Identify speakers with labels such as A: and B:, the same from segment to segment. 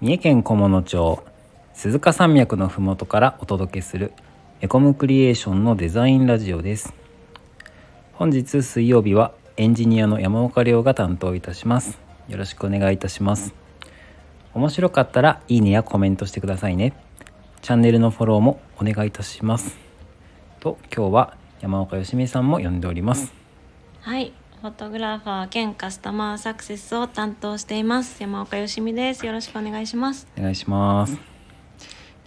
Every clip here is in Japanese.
A: 三重県菰野町鈴鹿山脈のふもとからお届けするエコムクリエーションのデザインラジオです本日水曜日はエンジニアの山岡亮が担当いたしますよろしくお願いいたします面白かったらいいねやコメントしてくださいねチャンネルのフォローもお願いいたしますと今日は山岡芳美さんも呼んでおります
B: はい、フォトグラファー兼カスタマーサクセスを担当しています山岡よしみです。よろしくお願いします。
A: お願いします今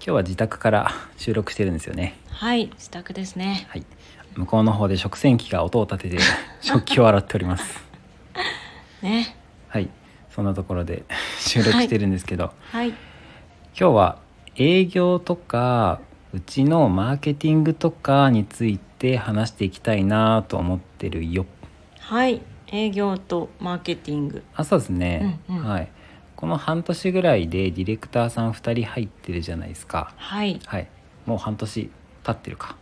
A: 日は自宅から収録してるんですよね
B: はい、自宅ですね。
A: はい、向こうの方で食洗機が音を立て て食器を洗っております。
B: ね、
A: はい、そんなところで収録してるんですけど、
B: はい、
A: 今日は営業とかうちのマーケティングとかについて話していきたいなと思ってるよ。
B: はい、営業とマーケティング。
A: あ、そうですね。
B: うんうん
A: はい。この半年ぐらいでディレクターさん2人入ってるじゃないですか。
B: はい、
A: はい。もう半年経ってるか。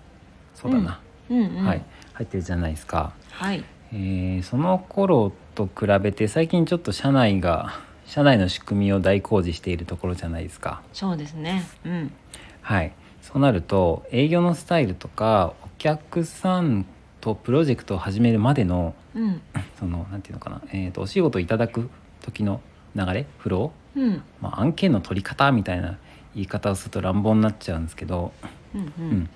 A: そうだな。
B: うんうん、
A: はい、。入ってるじゃないですか。
B: はい、
A: えーその頃と比べて最近ちょっと社内が社内の仕組みを大工事しているところじゃないですか
B: そうですね。うん、
A: はいそうなると営業のスタイルとかお客さんとプロジェクトを始めるまでの
B: うん、
A: そのなんていうのかな、えー、とお仕事いただく時の流れフロ
B: うん、
A: ー、まあ、案件の取り方みたいな言い方をすると乱暴になっちゃうんですけど、
B: うん、う
A: うん
B: ん、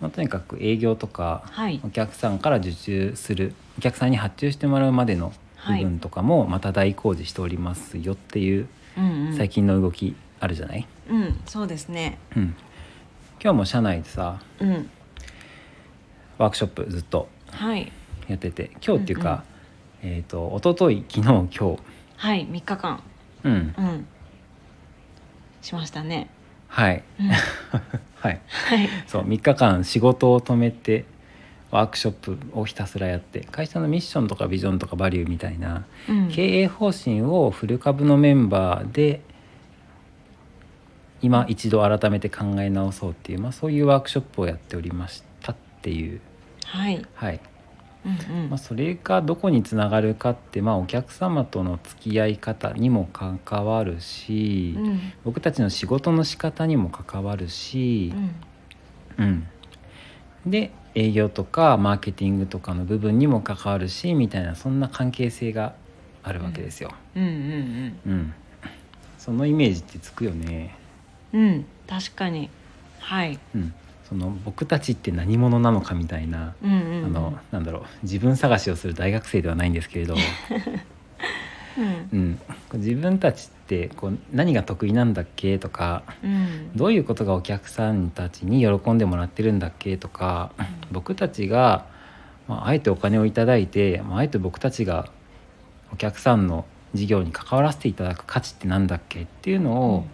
A: まあ、とにかく営業とか
B: はい
A: お、客さんから受注するお客さんに発注してもらうまでの部分とかもまた大工事しておりますよっていう
B: うん、うん、
A: 最近の動きあるじゃない、
B: うん、そうですね。
A: うん、今日も社内でさ
B: うん、
A: ワークショップずっと
B: はい、
A: やってて今日っていうか、えっ、と一昨日昨日今日
B: はい、三日間、
A: うん
B: うん、しましたね。
A: はい
B: うん、
A: はい
B: はい、
A: そう3日間仕事を止めてワークショップをひたすらやって会社のミッションとかビジョンとかバリューみたいな
B: うん、
A: 経営方針をフル株のメンバーで今一度改めて考え直そうっていう、まあ、そういうワークショップをやっておりましたっていう、
B: はい、うん、
A: はい
B: うん
A: まあ、、それがどこにつながるかって、まあ、お客様との付き合い方にも関わるし、
B: うん、
A: 僕たちの仕事の仕方にも関わるし
B: う、ん。
A: うん、で営業とかマーケティングとかの部分にも関わるしみたいなそんな関係性があるわけですよ。
B: うんうん
A: うん、そのイメージってつくよね、
B: うんうん確かにはい
A: うん、その僕たちって何者なのかみたいな、
B: うんうん
A: あのなんだろう自分探しをする大学生ではないんですけ れど、
B: うん
A: うん、自分たちってこう何が得意なんだっけとか
B: うん
A: どういうことがお客さんたちに喜んでもらってるんだっけとか僕たちが、まあ、あえてお金をいただいて、まあ、あえて僕たちがお客さんの事業に関わらせていただく価値ってなんだっけっていうのを、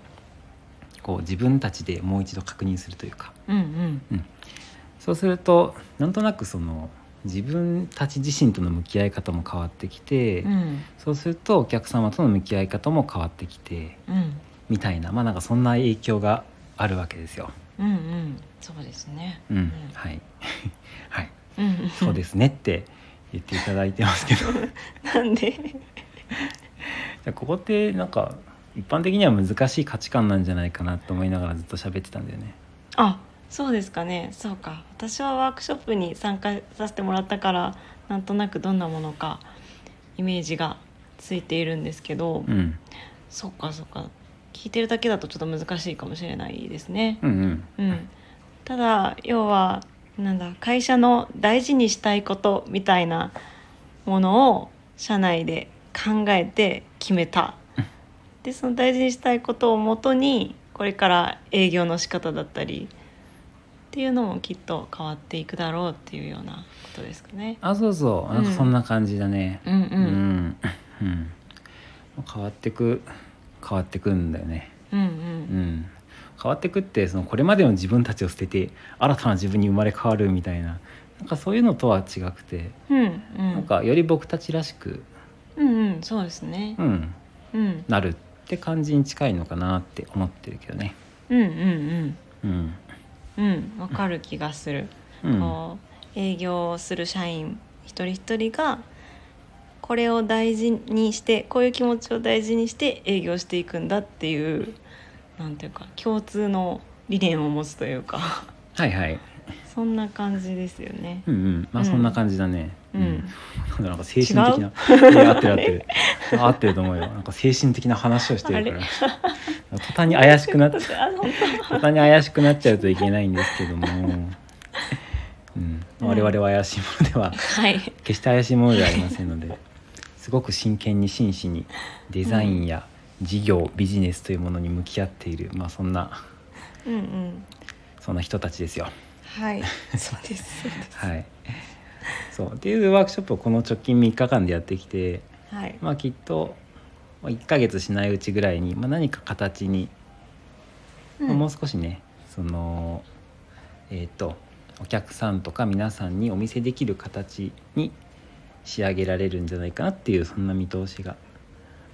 A: こう自分たちでもう一度確認するというか
B: うんうん
A: そうするとなんとなくその自分たち自身との向き合い方も変わってきて、
B: うん
A: そうするとお客様との向き合い方も変わってきて
B: うん
A: みたいなまあなんかそんな影響があるわけですよ。
B: うんうんそうですね
A: うん
B: ん
A: はい はい、
B: うん
A: そうですねって言っていただいてますけど じ
B: なんで
A: ゃあここってなんか一般的には難しい価値観なんじゃないかなと思いながらずっと喋ってたんだよね。
B: あそうですかねそうか私はワークショップに参加させてもらったからなんとなくどんなものかイメージがついているんですけど、
A: うん、
B: そうかそうか聞いてるだけだとちょっと難しいかもしれないですね
A: うん、
B: うん、ただ要はなんだ会社の大事にしたいことみたいなものを社内で考えて決めたでその大事にしたいことをもとにこれから営業の仕方だったりっていうのもきっと変わっていくだろうっていうようなことですかね。
A: あそうそうなんかそんな感じだね。
B: うんう
A: うん
B: ん
A: うん変わってく変わってくんだよね。
B: うんう
A: うんん、変わってくってそのこれまでの自分たちを捨てて新たな自分に生まれ変わるみたいななんかそういうのとは違くて、
B: うん
A: なんかより僕たちらしく、
B: うんうんそうですね
A: う。ん、
B: うん
A: なるって感じに近いのかなって思ってるけどね。
B: うんうん
A: うん
B: うんうんわかる気がする。
A: うん
B: こう営業をする社員一人一人がこれを大事にしてこういう気持ちを大事にして営業していくんだっていうなんていうか共通の理念を持つというか
A: はいはい
B: そんな感じですよね。
A: うんうんまあ
B: うん
A: そんな感じだね
B: うん
A: なんだなんか精神的ないや合ってる合ってる合ってると思うよなんか精神的な話をしてるから途端に怪しくなっちゃう
B: あ本
A: 途端に怪しくなっちゃうといけないんですけども、うん、
B: うん
A: 我々は怪しいものでは
B: 当 はい、
A: 決して怪しいものではありませんのですごく真剣に真摯にデザインや事業ビジネスというものに向き合っている、まあ、そんな
B: うんうん、
A: そんな人たちですよ。
B: はい、そうです。そうです
A: はい、そうっていうワークショップをこの直近3日間でやってきて、
B: はい、
A: まあ、きっと1ヶ月しないうちぐらいに、まあ、何か形に
B: うん
A: もう少しねそのえっ、とお客さんとか皆さんにお見せできる形に仕上げられるんじゃないかなっていうそんな見通しが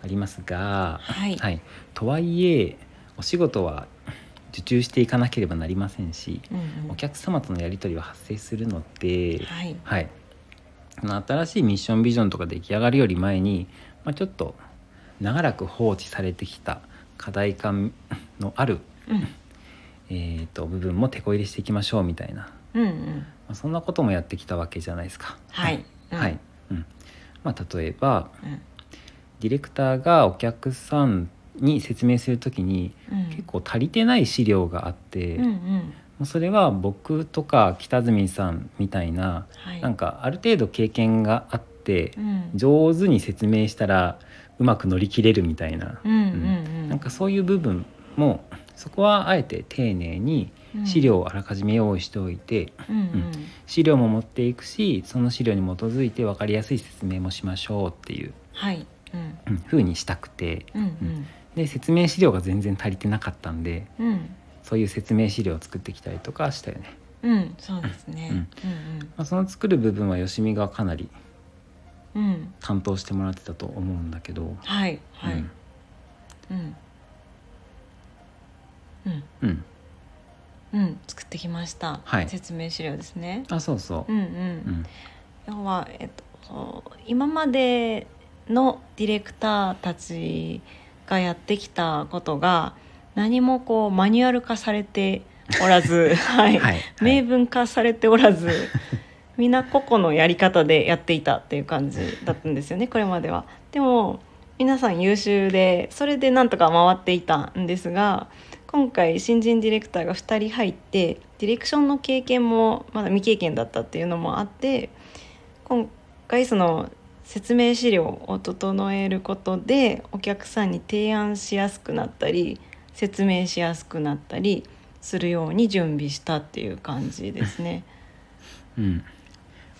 A: ありますが、
B: はい
A: とはいえお仕事は受注していかなければなりませんし
B: うんうん
A: お客様とのやり取りは発生するので、
B: はい、
A: はい、この新しいミッションビジョンとか出来上がるより前に、まあ、ちょっと長らく放置されてきた課題感のある
B: うん、
A: えー、と部分も手こ入れしていきましょうみたいな、ま
B: うんうん、
A: あ、そんなこともやってきたわけじゃないですか。
B: はい、うん
A: はい、うんまあ、例えば
B: うん
A: ディレクターがお客さんに説明するときに
B: うん、
A: 結構足りてない資料があって、
B: うんう
A: も
B: ん、
A: うそれは僕とか北住さんみたいな
B: はい、
A: なんかある程度経験があって
B: うん、
A: 上手に説明したらうまく乗り切れるみたいな
B: うんうんうん、
A: なんかそういう部分もそこはあえて丁寧に資料をあらかじめ用意しておいて、
B: うんうん
A: 資料も持っていくしその資料に基づいて分かりやすい説明もしましょうっていう
B: はい、うん
A: うん風にしたくて
B: うんうん
A: で説明資料が全然足りてなかったんで
B: うん
A: そういう説明資料を作ってきたりとかしたよね、
B: うんそうですね。うん
A: まあ、その作る部分はよしみがかなり
B: うんうん
A: 担当してもらってたと思うんだけど、
B: はいは
A: う
B: い
A: ん
B: うんうん
A: うん、
B: うん作ってきました。
A: はい
B: 説明資料ですね。
A: あそうそうう、
B: ん
A: う
B: う。
A: んん、
B: 要はえっと今までのディレクターたちがやってきたことが何もこうマニュアル化されておら ず、はい。
A: はい、
B: 明文化されてお らずみんな個々のやり方でやっていたっていう感じだったんですよねこれまでは。でも皆さん優秀でそれでなんとか回っていたんですが今回新人ディレクターが2人入ってディレクションの経験もまだ未経験だったっていうのもあって今回その説明資料を整えることでお客さんに提案しやすくなったり説明しやすくなったりするように準備したっていう感じですね。
A: うん、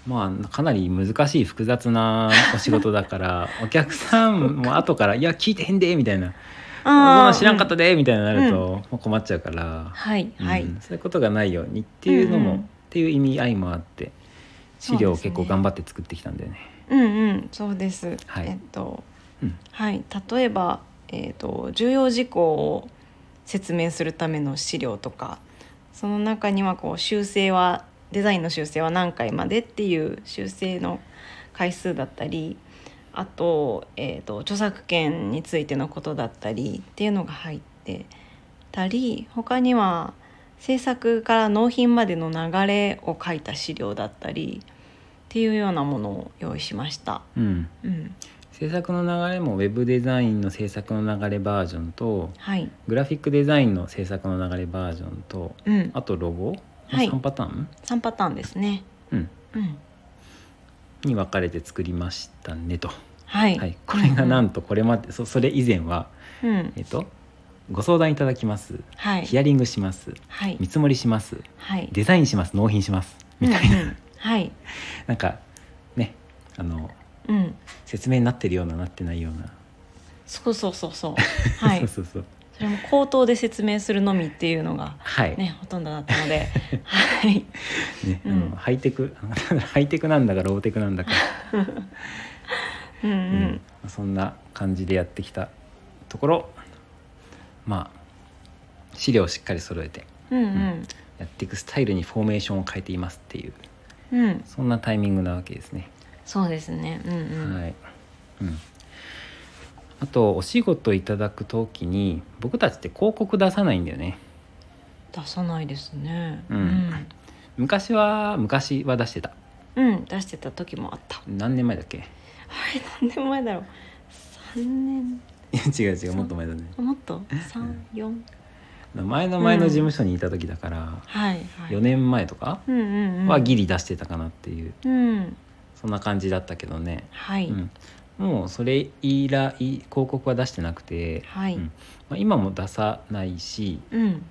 A: まあかなり難しい複雑なお仕事だから お客さんも後から「いや聞いてへんで」みたいな「
B: ー
A: あ知らんかった
B: う
A: で」みたいになると、もう困っちゃうから、
B: はいはい、
A: うんそういうことがないようにっていうのも、
B: うんうん
A: っていう意味合いもあって資料を結構頑張って作ってきたんだよね。
B: うんうんそうです。
A: はい
B: えっと
A: うん
B: はい例えばえっ、と重要事項を説明するための資料とかその中にはこう修正はデザインの修正は何回までっていう修正の回数だったりあと,、えー、と著作権についてのことだったりっていうのが入ってたり他には制作から納品までの流れを書いた資料だったりっていうようなものを用意しました。
A: うん
B: うん、
A: 制作の流れもウェブデザインの制作の流れバージョンと
B: はい、
A: グラフィックデザインの制作の流れバージョンと
B: うん、
A: あとロゴの
B: はい
A: 3パターン、
B: 3パターンですね。
A: うん、
B: うん、
A: に分かれて作りましたねと。
B: はい、
A: はい、これがなんとこれまでそそれ以前は、
B: うん、
A: えっと、ご相談いただきます
B: はい、
A: ヒアリングします
B: はい
A: 見、積もりします
B: はい、
A: デザインします納品しますみたい
B: うんうんはい、
A: なんかねあの
B: うん、
A: 説明になってるようななってないような、
B: そうそうそ うそう、は
A: そう
B: い、
A: そうそう
B: それも口頭で説明するのみっていうのが
A: はいね
B: ねほとんどだった ので、はい、
A: あ
B: うん
A: のハイテク ハイテクなんだかローテクなんだか、
B: うんう、
A: うんそんな感じでやってきたところまあ資料をしっかり揃えて
B: うんうん、
A: やっていくスタイルにフォーメーションを変えていますっていう
B: うん、
A: そんなタイミングなわけですね。
B: そうですね、うんうん、
A: はい、うん、あとお仕事いただく時に僕たちって広告出さないんだよね
B: 出さないですね
A: うん昔は昔は出してた
B: うん、うん出してた時もあった
A: 何年前だっけ
B: はい何年前だろう3年
A: いや違う違うもっと前だね
B: あもっと34
A: 前の前の事務所にいた時だから、
B: はいはい
A: 4年前とか
B: うんうんうん
A: はギリ出してたかなっていう、
B: うん
A: そんな感じだったけどね、
B: はい、
A: うん、もうそれ以来広告は出してなくて、
B: はい
A: うんまあ、今も出さないし
B: うん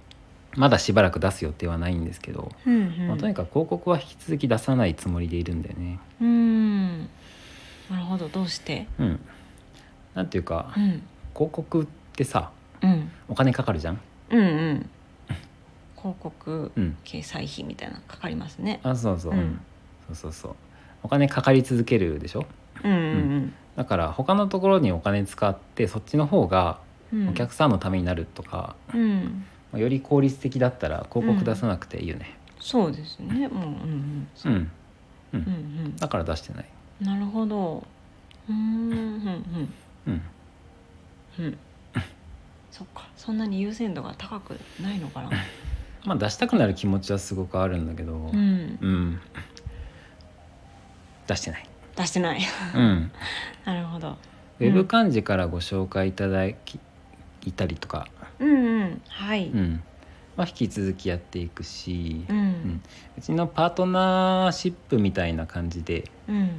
A: まだしばらく出す予定はないんですけど、
B: うん
A: まあ、とにかく広告は引き続き出さないつもりでいるんだよね。
B: うんうんなるほどどうして
A: うん、なんていうか
B: うん
A: 広告ってさ
B: うん
A: お金かかるじゃん、
B: うんうん広告
A: うん、
B: 掲載費みたいなのかかりますね
A: あそうそう、
B: うん
A: うんそうそうそうお金かかり続けるでしょ
B: うんうん
A: だから他のところにお金使ってそっちの方が
B: うん
A: お客さんのためになるとか、
B: うん
A: まあより効率的だったら広告出さなくていいよね、
B: そうですねもううんうんそううんうんうん
A: だから出してない、
B: なるほどうーんう
A: う
B: ん
A: ん、
B: うんうんそっかそんなに優先度が高くないの かな
A: まあ出したくなる気持ちはすごくあるんだけど、う
B: うんん
A: 出してない、
B: 出して ない
A: うん、
B: なるほど
A: ウェブ漢字からご紹介いただきいたりとか、
B: うんうんはい
A: うんまあ、引き続きやっていくし、
B: う
A: うんんうちのパートナーシップみたいな感じで、
B: うん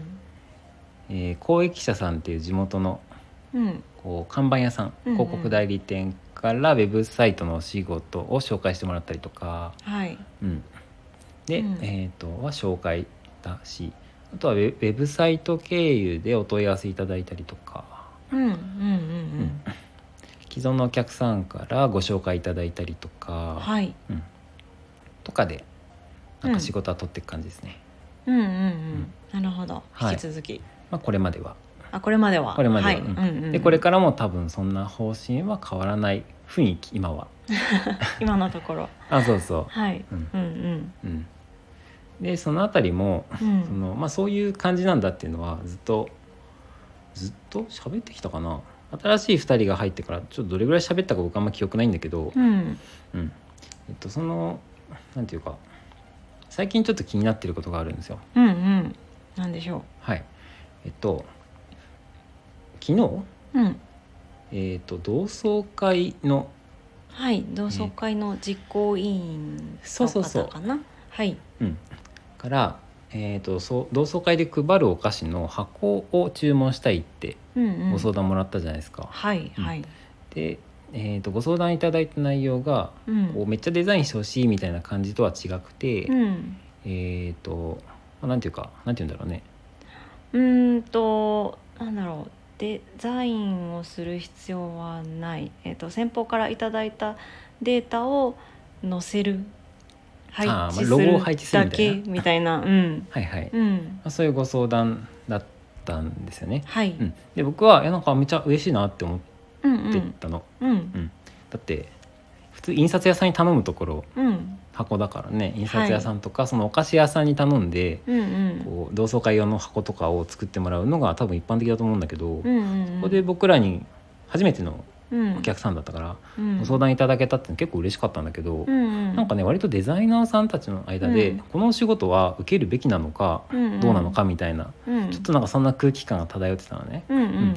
A: えー公益者さんっていう地元の
B: うん
A: こう看板屋さん
B: うんうん
A: 広告代理店からウェブサイトのお仕事を紹介してもらったりとか、
B: はい
A: うん、で、
B: うん
A: えー、とは紹介だしあとはウェウェブサイト経由でお問い合わせいただいたりとか
B: うんうんうん
A: 既存のお客さんからご紹介いただいたりと
B: うん
A: か、
B: はい
A: うん、とかでなん
B: う
A: か
B: ん
A: 仕事は取っていく感じですね、
B: うんうんうんなるほど
A: はい
B: 引き続き
A: まあ、これまでは。
B: あこれまでは
A: これまでは
B: はい
A: うん
B: うんうん
A: でこれからも多分そんな方針は変わらない雰囲気今は。
B: 今のところ
A: あそうそ
B: はい、
A: う
B: うんん、うん
A: う、うん、でそのあたりも
B: うん
A: そのまあ、そういう感じなんだっていうのはずっとずっと喋ってきたかな新しい2人が入ってからちょっとどれぐらい喋ったか僕あんま記憶ないんだけど、
B: うん
A: うんえっと、そのなんていうか最近ちょっと気になってることがあるんですよ。
B: うんうんなんでしょ
A: はいえっと昨日、
B: ううん
A: えっと、同窓会の
B: はい同窓会の実行委員の
A: そうそうそう
B: 方かなはい
A: うん、から、えー、とそう同窓会で配るお菓子の箱を注文したいって
B: うんうん
A: ご相談もらったじゃないですか。
B: はいはい
A: で、えー、とご相談いただいた内容が
B: うん
A: こうめっちゃデザインしてほしいみたいな感じとは違くて、
B: うん
A: えっ、とまあなんていうかなんていうんだろうね。
B: うーんとなんだろうデザインをする必要はない、えー、と先方からいただいたデータを載せる配
A: あーまあ
B: 置す
A: ロゴを
B: る
A: 配置する
B: だ
A: みたい
B: け
A: な
B: みたいなうん
A: はいはい。ま
B: うん
A: あ、そういうご相談だったんですよね。
B: はい、
A: うん、で僕はいやなんかめっちゃ嬉しいなって思っ
B: うんう
A: て
B: ん
A: たの。
B: うん
A: だって普通印刷屋さんに頼むところ
B: うん
A: 箱だからね印刷屋さんとか、そのお菓子屋さんに頼んで
B: うんうん
A: こう同窓会用の箱とかを作ってもらうのが多分一般的だと思うんだけど、
B: うんうんうん
A: ここで僕らに初めての
B: うん
A: お客さんだったから、
B: うん
A: ご相談いただけたって結構嬉しかったんだけど、
B: うんうん
A: なんかね割とデザイナーさんたちの間で、
B: うん
A: このお仕事は受けるべきなのか
B: うんうん
A: どうなのかみたいな、
B: うん
A: ちょっとなんかそんな空気感が漂ってたのね。
B: うんうん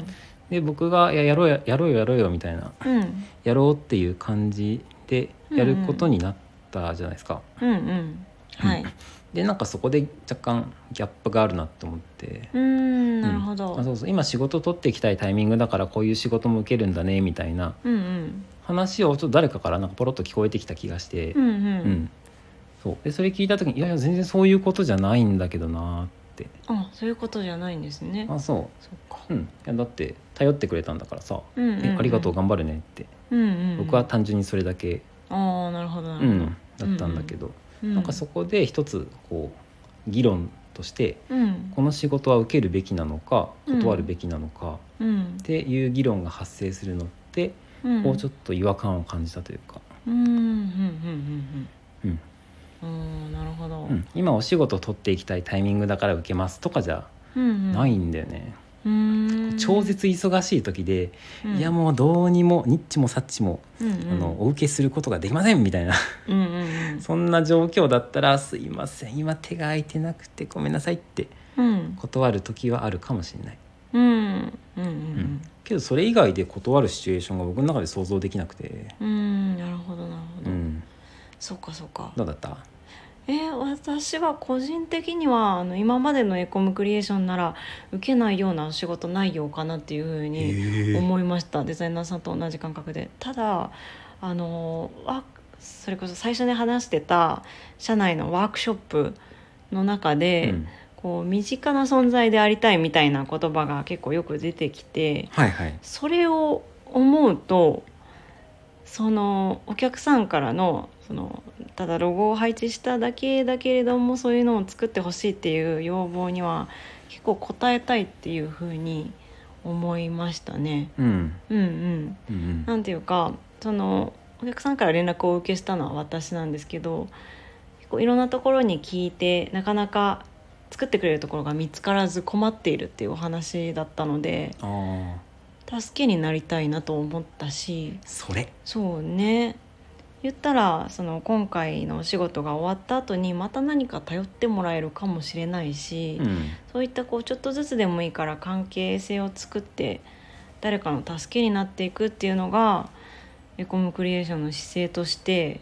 A: で僕が「いややろうややろうよやろうよ」みたいな
B: うん
A: 「やろう」っていう感じでやることになったじゃないですか。
B: うんうんはい
A: でなんかそこで若干ギャップがあるなって思って、
B: うーん
A: うん
B: なるほど
A: あそうそう今仕事取っていきたいタイミングだからこういう仕事も受けるんだねみたいな
B: うんうん
A: 話をちょっと誰かからなんかポロッと聞こえてきた気がして、
B: うん
A: う
B: うん
A: んそうでそれ聞いた時にいやいや全然そういうことじゃないんだけどなって
B: あそういうことじゃないんですね
A: あそ
B: そっか
A: う、うん、いやだって頼ってくれたんだからさ、
B: うんうんうん
A: えありがとう頑張るねって、
B: うんうんうん
A: 僕は単純にそれだけ、
B: ああなるほどな
A: う
B: るほど
A: ん、だったんだけど、
B: うん
A: なんかそこで一つこう議論として
B: うん
A: この仕事は受けるべきなのか
B: うん
A: 断るべきなのか
B: うん
A: っていう議論が発生するのって、
B: うん
A: こうちょっと違和感を感じたというか、
B: うんうんう
A: う
B: ん
A: ん
B: うんうんあーなるほど
A: うん今お仕事取っていきたいタイミングだから受けますとかじゃ
B: うんうん
A: ないんだよね。
B: ううーん
A: 超絶忙しい時で、
B: うん
A: いやもうどうにもニッチもサッチも、
B: うんうん
A: あのお受けすることができませんみたいな
B: うんうん
A: そんな状況だったら「すいません今手が空いてなくてごめんなさい」って
B: うん
A: 断る時はあるかもしれない、
B: うんうんうん
A: けどそれ以外で断るシチュエーションが僕の中で想像できなくて、
B: うんうんなるほどなるほ
A: う
B: ど、
A: ん、
B: そうかそうか
A: どうだった
B: えー私は個人的にはあの今までのエコムクリエーションなら受けないような仕事内容かなっていうふうに思いましたデザイナーさんと同じ感覚でただあのワークそれこそ最初に話してた社内のワークショップの中で、
A: うん
B: こう身近な存在でありたいみたいな言葉が結構よく出てきて
A: はいはい
B: それを思うとそのお客さんからのそのただロゴを配置しただけだけれどもそういうのを作ってほしいっていう要望には結構応えたいっていうふうに思いましたね。
A: うん
B: うんうん、
A: うんうん
B: なんていうかそのお客さんから連絡をお受けしたのは私なんですけど結構いろんなところに聞いてなかなか作ってくれるところが見つからず困っているっていうお話だったので
A: ああ
B: 助けになりたいなと思ったし
A: それ
B: そうね言ったらその今回のお仕事が終わった後にまた何か頼ってもらえるかもしれないし、
A: うん
B: そういったこうちょっとずつでもいいから関係性を作って誰かの助けになっていくっていうのがエコムクリエーションの姿勢として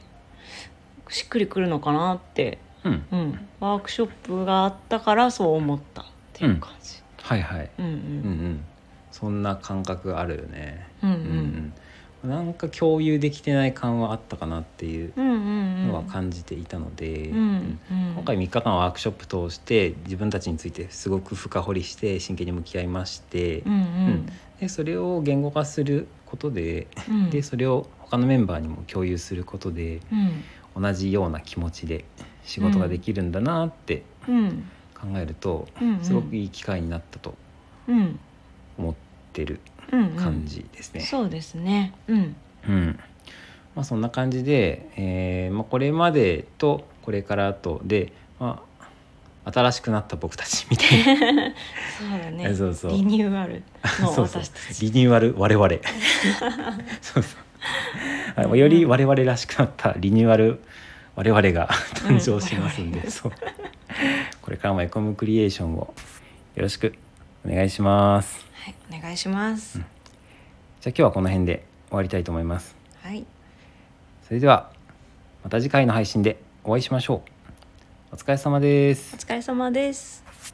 B: しっくりくるのかなって、
A: うん
B: うん、ワークショップがあったからそう思ったっていう感じ。
A: はいはい
B: うんう
A: うんうんんそんな感覚あるよね
B: うんう
A: うんんうんなんか共有できてない感はあったかなっていう
B: うんうんうん
A: のは感じていたので、
B: うんうん
A: 今回3日間ワークショップ通して自分たちについてすごく深掘りして真剣に向き合いまして、
B: うんうん
A: でそれを言語化することで
B: うん
A: でそれを他のメンバーにも共有することで
B: うん
A: 同じような気持ちで仕事ができるんだなって
B: うん
A: 考えると、
B: うん
A: すごくいい機会になったと
B: うん
A: 思ってる
B: うんうん
A: 感じですね。
B: そうですねうん
A: うんまあ、そんな感じで、えーまあ、これまでとこれからとで、まあ、新しくなった僕たちみたい
B: そうだね
A: そうそう
B: リニューアル
A: な
B: の
A: そうそう
B: 私たち
A: リニューアル我 々そうそうあのより我々らしくなったリニューアル我々が誕生しますんで、
B: うん
A: そうこれからもエコムクリエーションをよろしくお願いします
B: はいお願いします、
A: じゃあ今日はこの辺で終わりたいと思います
B: はい
A: それではまた次回の配信でお会いしましょうお疲れ様です
B: お疲れ様です